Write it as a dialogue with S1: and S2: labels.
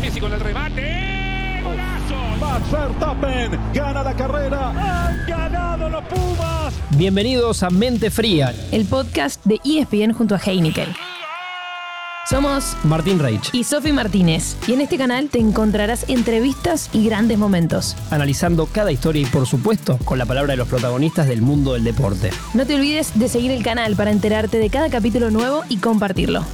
S1: Messi con el remate. ¡Golazo!
S2: Max Verstappen gana la carrera. Han ganado los Pumas.
S3: Bienvenidos a Mente Fría.
S4: el podcast de E ESPN junto a Heineken. Somos
S3: Martín Reich,
S4: y Sofi Martínez, y en este canal te encontrarás entrevistas y grandes momentos.
S3: analizando cada historia y por supuesto con la palabra de los protagonistas del mundo del deporte.
S4: No te olvides de seguir el canal para enterarte de cada capítulo nuevo y compartirlo.